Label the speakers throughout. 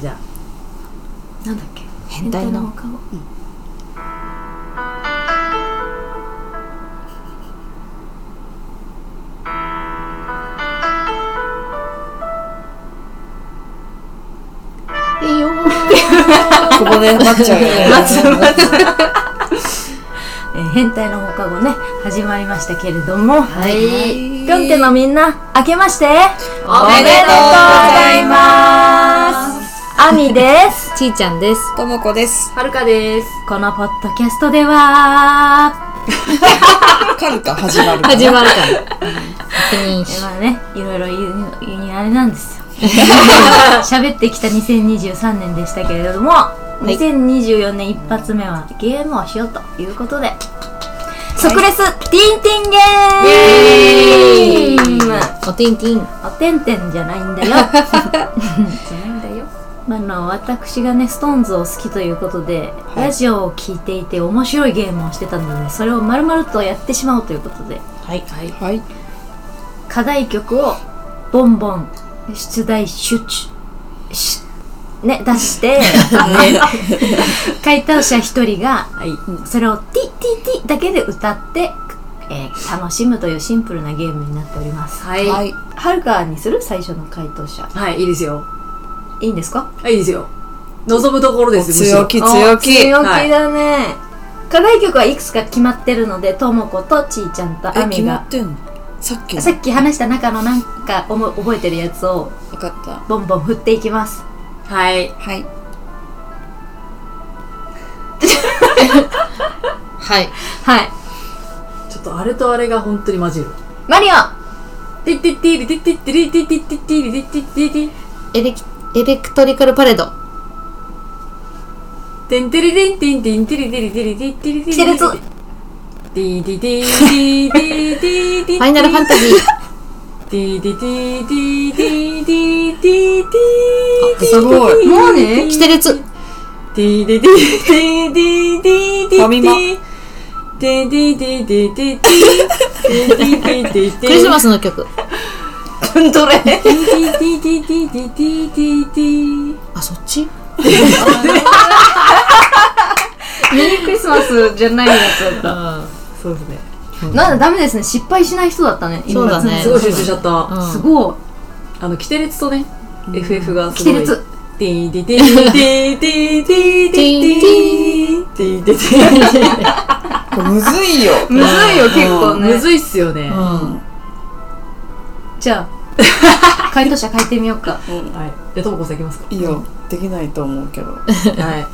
Speaker 1: じゃあ
Speaker 2: なんだっけ
Speaker 1: 変態の
Speaker 2: 変顔
Speaker 1: いいよ
Speaker 3: ここで待っちゃうよね
Speaker 1: 待つ待つえー変態の放課後ね始まりましたけれどもはいピョンテのみんな明けましてお
Speaker 2: おめでとうございます
Speaker 1: アミです
Speaker 3: ちーちゃんですともこです
Speaker 2: はるかです
Speaker 1: このポッドキャストでは
Speaker 3: カルタ始まるから
Speaker 4: 始まるから。確認
Speaker 1: えー
Speaker 4: し。
Speaker 1: まあねいろいろ言う言うあれなんですよ喋ってきた2023年でしたけれども、
Speaker 4: い
Speaker 1: 2024年一発目はゲームをしようということで即レスティンティンゲーム
Speaker 4: おてんてん。
Speaker 1: おてんてんじゃないん だよ
Speaker 2: じゃないんだよ
Speaker 1: まああの私がね SixTONES を好きということで、
Speaker 3: い
Speaker 1: ラジオを聞いていて面白いゲームをしてたのでそれを丸々とやってしまおうということで
Speaker 3: はいはいはい
Speaker 1: 課題曲をボンボン出題集中しね出して 解答者一人がそれを「ティッティッティ」だけで歌って、えー楽しむというシンプルなゲームになっております
Speaker 2: はいは、
Speaker 3: はいい
Speaker 1: はるかにする最初の回答者
Speaker 2: い、いですよ
Speaker 1: いいんですか
Speaker 2: いいですよ望むところです
Speaker 3: 強気強
Speaker 1: お
Speaker 3: 気
Speaker 1: 強気だね、課題曲はいくつか決まってるのでともことちーちゃんとあ
Speaker 3: え
Speaker 1: み
Speaker 3: 決ま
Speaker 1: が
Speaker 3: ってんのさっきの
Speaker 1: さっき話した中のなんか思い覚えてるやつを
Speaker 3: 分かった
Speaker 1: ボンボン振っていきます
Speaker 2: はい
Speaker 3: はい
Speaker 4: はい。
Speaker 1: はい
Speaker 2: ちょっとあれとあれが本当に混じる
Speaker 1: マリオ
Speaker 2: ティッティッティリティッティッティリティッティッティッティリティッティッティリ
Speaker 4: エレキ、エレクトリカルパレード。
Speaker 2: テンテリリンテンテンテリテリテリテリテリテリ
Speaker 1: キテレツ
Speaker 2: ディディディディディディディ
Speaker 4: ファイナルファンタジー。
Speaker 2: ディディディディディディディディ
Speaker 3: すごい
Speaker 1: もうね
Speaker 4: キテレツ。
Speaker 2: ディディディディディディディ
Speaker 3: ファミマ
Speaker 2: ディディディディディディディディディディディ
Speaker 4: クリスマスの 曲。
Speaker 1: どれ
Speaker 2: ディディディディディディディディ
Speaker 4: あ、そっち
Speaker 1: ミニクリスマスじゃないやつだった
Speaker 2: そうですね
Speaker 1: なんだダメですね失敗しない人だったね
Speaker 4: そうだね
Speaker 2: すごい集中しちゃった
Speaker 4: うん
Speaker 1: すごい
Speaker 2: あのキテレツとね FF がす
Speaker 1: キテ
Speaker 2: ごい
Speaker 1: レツ
Speaker 2: ディディディディディディディディディディディ
Speaker 3: これむずいよ
Speaker 1: むずいよ結構ね
Speaker 2: むずいっすよねは
Speaker 1: じゃ あ回答者変えてみようか
Speaker 2: いじゃあともこさんいきますか
Speaker 3: いいよできないと思うけど
Speaker 2: はい。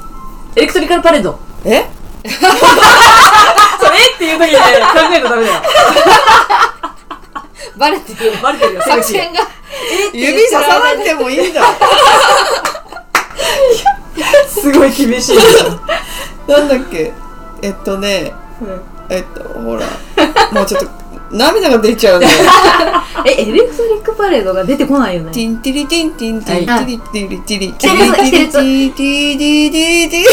Speaker 2: エレクトリカルパレード。
Speaker 3: え
Speaker 2: それっていう時にね、考えるとダメだよ。
Speaker 4: バレてる。
Speaker 2: バレてるよ、
Speaker 4: 作戦が。
Speaker 3: 指刺さなくてもいいんだ
Speaker 2: すごい厳しい。
Speaker 3: なんだっけえっとねえっとほらもうちょっと涙が出ちゃうね
Speaker 1: えエレクトリックパレードが出てこないよね
Speaker 3: ティンティリティンティンティンティリティリティリティリ
Speaker 1: 来てる
Speaker 3: ティリティリティリティリ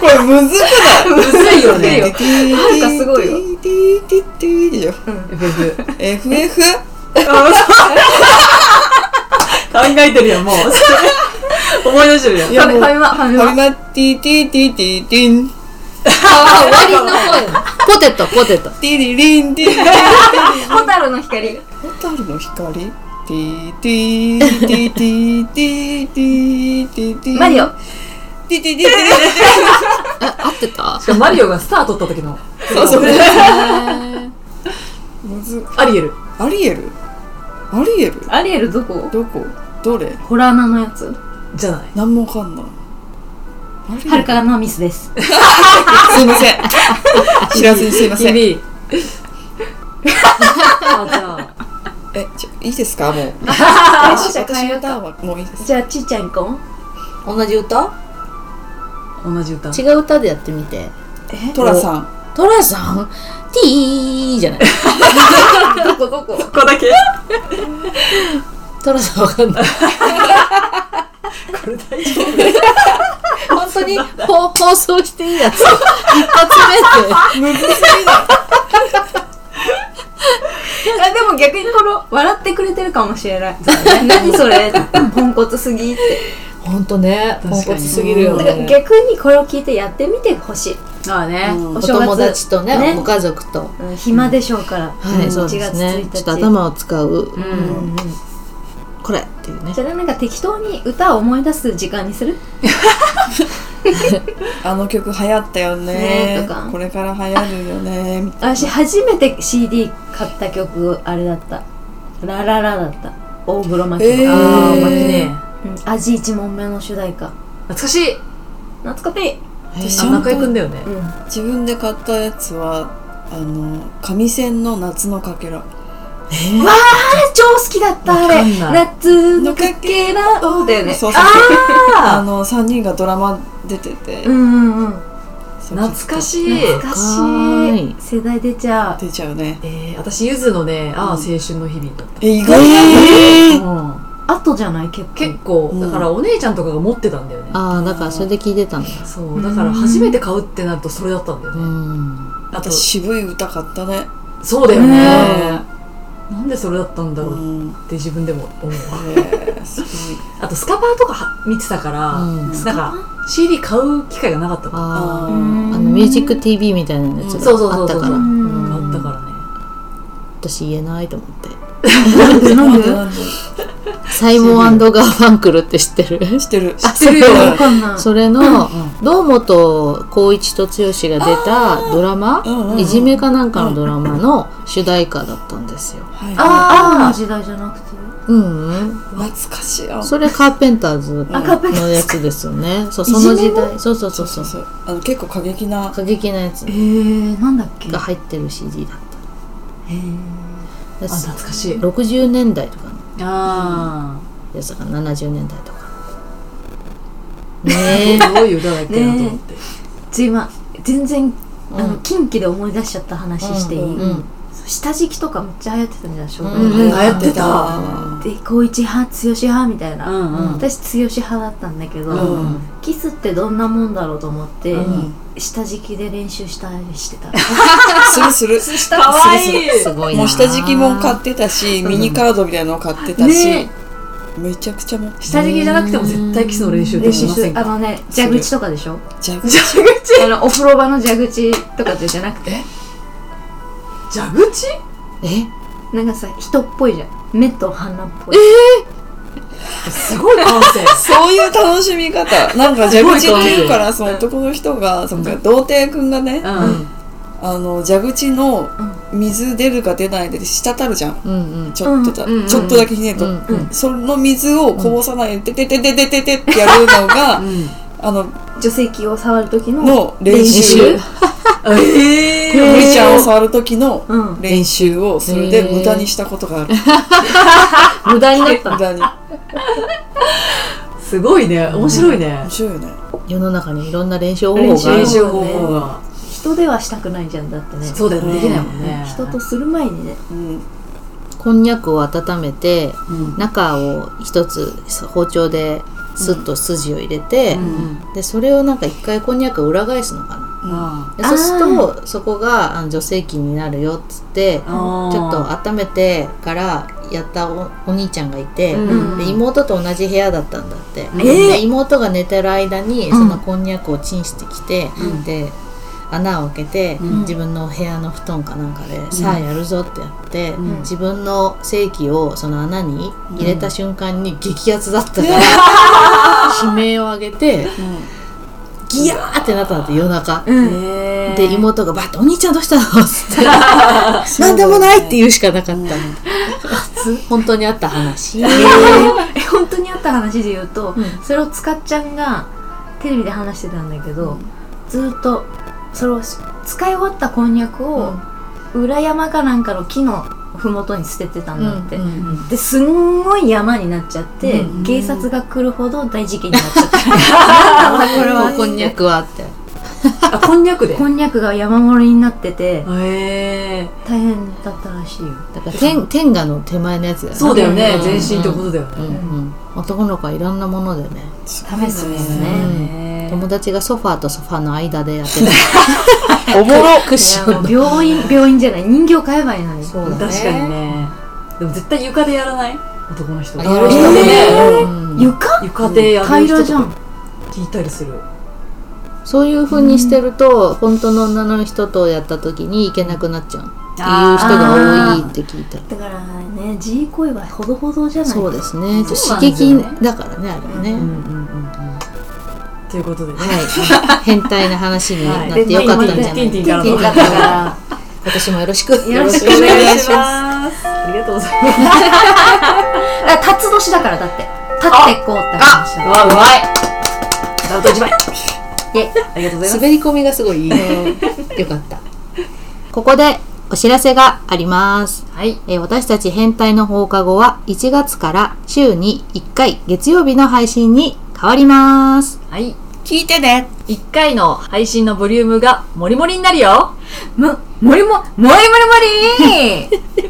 Speaker 3: これむずくない
Speaker 2: むずいよね。
Speaker 3: ティティ
Speaker 1: はるかすごいよ
Speaker 3: ティティティティよ
Speaker 2: FF。考
Speaker 3: FF
Speaker 2: えてるよ、もう。思い出してるよ。
Speaker 3: い
Speaker 1: フ
Speaker 3: や
Speaker 1: ァミフ
Speaker 3: もう
Speaker 1: ァ
Speaker 3: フ
Speaker 1: ミマファミ
Speaker 3: ァ
Speaker 1: マ
Speaker 3: ミマティティティティティン
Speaker 4: あ、終わりの声。ポテト、ポテト。
Speaker 3: ティリリンティリリン
Speaker 1: ホタルの光
Speaker 3: ホタルの光ティティティティティティティティ
Speaker 1: マリオ
Speaker 3: ティティティティテ
Speaker 4: え、合ってた
Speaker 2: しかもマリオがスター取った時の、
Speaker 3: ィそうそうむず
Speaker 2: アリエル。
Speaker 3: アリエルアリエル
Speaker 1: アリエルどこ
Speaker 3: どこどれ
Speaker 1: ホラーナのやつ
Speaker 2: じゃない。
Speaker 3: なんもわかんないアリエル
Speaker 1: はるかのミスです
Speaker 3: すいません知らずにすいませんえ
Speaker 2: 君。あ、じゃあ。
Speaker 3: ちょいいですかもう
Speaker 1: あ
Speaker 3: 私のターンはもういいです
Speaker 1: じゃあちーちゃん行こ
Speaker 4: 同じ歌
Speaker 2: 同じ歌。
Speaker 4: 違う歌でやってみて。
Speaker 3: トラさん
Speaker 4: トラさん ?T じゃない。
Speaker 1: うどこどこ
Speaker 2: こだけ
Speaker 4: トラさんわかんない。本当に放放送していいやつ。一発目で。
Speaker 3: むずすぎない
Speaker 2: やでも逆にこの笑ってくれてるかもしれないですね何それポンコツすぎって
Speaker 4: ほんとねポン
Speaker 3: 確
Speaker 4: コ
Speaker 3: かに
Speaker 4: ツすぎるよ
Speaker 2: だから
Speaker 4: ね
Speaker 2: 逆にこれを聞いてやってみてほしい
Speaker 1: まあね、
Speaker 3: うん
Speaker 2: お
Speaker 4: お
Speaker 2: 正月
Speaker 4: 友達とね
Speaker 2: ね
Speaker 4: ご家族と
Speaker 2: うん
Speaker 1: 暇でしょうから、
Speaker 4: は
Speaker 1: うん
Speaker 4: いそうです
Speaker 1: 1
Speaker 4: ねちょ
Speaker 1: 月
Speaker 4: っと
Speaker 1: 1日
Speaker 4: 頭を使う
Speaker 1: うん、
Speaker 2: うん
Speaker 4: これっていうね
Speaker 1: じゃあなんか適当に歌を思い出す時間にする
Speaker 3: あの曲流行ったよね
Speaker 1: ねとか
Speaker 3: これから流行るよねみたい
Speaker 1: 私初めて CD 買った曲あれだった「ラララ」だった大黒摩季の、
Speaker 3: えー
Speaker 4: あーまきね
Speaker 1: うん味一問目の主題歌
Speaker 2: 懐かしい
Speaker 1: 懐かしい、
Speaker 3: 私
Speaker 2: あ
Speaker 3: は
Speaker 2: 中居君だよね
Speaker 1: うん、
Speaker 3: な自分で買ったやつはあの紙線の夏のかけら
Speaker 1: 超好きだったあ
Speaker 2: わか
Speaker 1: れ
Speaker 2: んない
Speaker 1: 夏のかけらをだよね
Speaker 3: そうそうそうあの3人がドラマ出てて、
Speaker 1: うんうんうん
Speaker 3: そう
Speaker 2: 懐かしい
Speaker 1: 懐かしい世代出ちゃう
Speaker 3: 出ちゃうね
Speaker 2: えー、私ゆずのね「ああ青春の日々」だっ
Speaker 3: え意外だね
Speaker 2: た、うん
Speaker 1: あとじゃない結構
Speaker 2: 結構、
Speaker 3: うん
Speaker 2: だからお姉ちゃんとかが持ってたんだよね
Speaker 4: ああだからそれで聞いてたんだ
Speaker 2: そうだから初めて買うってなるとそれだったんだよ
Speaker 4: う
Speaker 2: ね、
Speaker 4: ん
Speaker 2: あと
Speaker 3: 私渋い歌買ったね
Speaker 2: そうだよね、
Speaker 3: ね
Speaker 2: なんでそれだったんだ
Speaker 3: う
Speaker 2: ろうっ
Speaker 3: んね
Speaker 2: て自分でも思う
Speaker 3: えすごい
Speaker 2: あとスカパーとかは見てたから、
Speaker 4: うん
Speaker 2: なんか CD 買う機会がなかったから
Speaker 4: あ
Speaker 3: う
Speaker 4: ー
Speaker 3: ん
Speaker 4: あの「ミュージック t v みたいなやつ
Speaker 2: そうそう
Speaker 4: が
Speaker 2: そ
Speaker 4: あ
Speaker 2: う
Speaker 4: った
Speaker 2: そう
Speaker 4: か
Speaker 2: 買
Speaker 4: ら
Speaker 1: う
Speaker 4: うん
Speaker 2: ったからね
Speaker 4: 私言えないと思って
Speaker 1: なんでなん
Speaker 3: なん
Speaker 1: で
Speaker 3: でなんで
Speaker 4: サイモンガーファンクルって知ってる
Speaker 3: してる
Speaker 2: 知ってるよ
Speaker 1: わかんない
Speaker 4: それの堂本光一と剛が出たドラマ
Speaker 3: うんうんうん
Speaker 4: いじめかなんかのドラマの主題歌だったんですよ。
Speaker 3: はい
Speaker 1: ああ
Speaker 2: あ
Speaker 1: の時代じゃなくて
Speaker 4: うんうん、
Speaker 3: 懐かしいあ
Speaker 4: それカーペンターズ
Speaker 1: あカーペンターズ
Speaker 4: のやつですよね。そうその時代そうそうそ
Speaker 3: そ
Speaker 4: そ
Speaker 3: ううそううそうあの結構過激な
Speaker 4: 過激なやつ
Speaker 1: えー、なんだっけ
Speaker 4: が入ってる CD だった。
Speaker 1: えー
Speaker 2: あ懐かしい
Speaker 4: 60年代とかの
Speaker 2: あ
Speaker 4: やつだから70年代とか。 ねえ。
Speaker 2: あどういう歌だっけなと思って、
Speaker 1: ちょ今全然あの、
Speaker 4: うん
Speaker 1: 近畿で思い出しちゃった話していい、
Speaker 3: うん
Speaker 4: うん
Speaker 1: 下敷きとかめっちゃ流行ってたんじゃん小学校、
Speaker 4: うんうん
Speaker 2: 流行ってた
Speaker 1: で高一派剛派みたいな、
Speaker 2: うんうん
Speaker 1: 私剛派だったんだけど、
Speaker 3: うん
Speaker 1: キスってどんなもんだろうと思って、
Speaker 3: うん
Speaker 1: 下敷きで練習したりして た
Speaker 3: するす るす
Speaker 2: かわい
Speaker 3: る
Speaker 2: い
Speaker 4: すごいな。
Speaker 3: もう下敷きも買ってたしミニカードみたいなの買ってたし
Speaker 1: ね
Speaker 3: めちゃくちゃ持って
Speaker 2: 下敷きじゃなくても絶対キスの練習で
Speaker 1: 練
Speaker 2: き
Speaker 1: 習
Speaker 2: ますせ
Speaker 1: る
Speaker 2: ん
Speaker 1: あ
Speaker 2: か
Speaker 1: のね蛇口とかでしょ
Speaker 3: じゃ
Speaker 1: あのお風呂場の蛇口とかじゃなくて
Speaker 2: 蛇口
Speaker 4: え
Speaker 1: なんかさ人っぽいじゃん目と鼻っぽい、
Speaker 2: すごい感性
Speaker 3: そういう楽しみ方なんか蛇口っていうからその男の人がその童貞くんがね
Speaker 2: うん
Speaker 3: あの蛇口の水出るか出ないで滴るじゃん
Speaker 4: うんうん。
Speaker 3: ちょっとだ、
Speaker 2: うん
Speaker 3: ちょっとだけひねると、
Speaker 4: うんうん
Speaker 3: その水をこぼさないで、ててててててってやるのが、
Speaker 2: うん
Speaker 3: あの
Speaker 1: 女性器を触る時の
Speaker 3: の練習
Speaker 1: 練習
Speaker 2: ええ
Speaker 1: へー
Speaker 3: グリちゃんを触る時の
Speaker 1: うん
Speaker 3: 練習をそれで
Speaker 4: へー
Speaker 3: 無駄にしたことがある、
Speaker 4: 無駄になっ
Speaker 3: 無
Speaker 4: た。
Speaker 3: 駄に
Speaker 2: すごいね面白いね
Speaker 3: 面白いよね
Speaker 4: 世の中にいろんな練習方
Speaker 1: 練
Speaker 4: 法
Speaker 1: 習
Speaker 4: がある
Speaker 2: 練。習方法が
Speaker 1: 人ではしたくないじゃんだってね
Speaker 2: そうだよねできないもんね
Speaker 1: 人とする前にね
Speaker 3: うん
Speaker 4: こんにゃくを温めて
Speaker 2: うん
Speaker 4: 中を一つ包丁でスッと筋を入れて、
Speaker 2: うん
Speaker 4: でそれをなんか一回こんにゃくを裏返すのかな
Speaker 2: あ
Speaker 4: で
Speaker 1: あー
Speaker 4: そうするとそこがあの女性器になるよっつってち
Speaker 2: あー
Speaker 4: ょっと温めてからやったおお兄ちゃんがいて、
Speaker 1: うん
Speaker 4: で妹と同じ部屋だったんだって、
Speaker 2: ん
Speaker 4: で妹が寝てる間にそのこんにゃくをチンしてきて、
Speaker 2: うん
Speaker 4: で穴を開けて、
Speaker 2: うん
Speaker 4: 自分の部屋の布団かなんかで、さあやるぞってやって、
Speaker 2: ん
Speaker 4: 自分の性器をその穴に入れた瞬間に激アツだったから、悲鳴を上げてギヤーってなったんだって夜
Speaker 1: う
Speaker 4: 中。
Speaker 2: ーへー
Speaker 4: で妹がバッて「お兄ちゃんどうしたの?」っつって「何でもない」って言うしかなかった、本当にあった話
Speaker 1: え本当にあった話で言うと、それをつかっちゃんがテレビで話してたんだけど、ずーっとそれをし使い終わったこんにゃくを、裏山かなんかの木の麓に捨ててたんだって、
Speaker 4: うんうん
Speaker 1: ですんごい山になっちゃって、
Speaker 4: うん
Speaker 1: 警察が来るほど大事件になっちゃったなんだこれは
Speaker 4: こんにゃくはって
Speaker 2: あこんにゃくで
Speaker 1: こんにゃくが山盛りになってて
Speaker 2: へえ
Speaker 1: 大変だったらしいよ
Speaker 4: だから天天下の手前のやつだよね
Speaker 2: そうだよね
Speaker 4: うん
Speaker 2: 全身ってことだよね
Speaker 4: うんうん、男の子はいろんなものだよね、
Speaker 1: 試すんですね、
Speaker 2: ね
Speaker 4: 友達がソファーとソファーの間でやってる
Speaker 3: おもろ
Speaker 4: クッ
Speaker 1: い
Speaker 4: シ
Speaker 1: や
Speaker 4: ョ
Speaker 1: も
Speaker 4: ン
Speaker 1: う病院病院じゃない人形買えばいいのに
Speaker 4: そうだね
Speaker 2: 確かにねでも絶対床でやらない男の人
Speaker 4: や
Speaker 2: が
Speaker 4: る人もね、うん
Speaker 1: 床
Speaker 2: 床でやる
Speaker 1: 平
Speaker 2: 人
Speaker 1: ら
Speaker 2: と
Speaker 1: じゃ
Speaker 2: か
Speaker 1: ん
Speaker 2: 聞いたりする
Speaker 4: そういう風にしてると、本当の女の人とやった時に行けなくなっちゃうっていう人が多いって聞いた
Speaker 5: だからね G 恋はほどほどじゃない
Speaker 4: そうですねちょ
Speaker 5: そうなん
Speaker 4: 刺
Speaker 5: ですよ
Speaker 4: 激
Speaker 5: ね
Speaker 4: だからねあれはね、
Speaker 2: うんうんうんうんということでね
Speaker 4: はい 変態な話になってよかったんじゃない、
Speaker 2: ティンティンからの
Speaker 1: よ かったから
Speaker 4: 私もよろしく
Speaker 1: よろしく
Speaker 2: お願いしますありがとうございます
Speaker 1: あ辰年だからだって立ってこうって話だ
Speaker 2: わうまいダウト一枚
Speaker 1: イェイ
Speaker 2: ありがとうございます
Speaker 4: 滑り込みがすごいいいよかったここでお知らせがあります
Speaker 1: はい
Speaker 4: えー私たち変態の放課後は1月から週に1回月曜日の配信に変わります
Speaker 2: はい
Speaker 3: 聞いてね
Speaker 2: 1回の配信のボリュームがモリモリになるよ
Speaker 1: むもりももりもり もり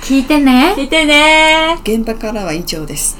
Speaker 1: 聞いてね
Speaker 2: 聞いてね
Speaker 3: 現場からは以上です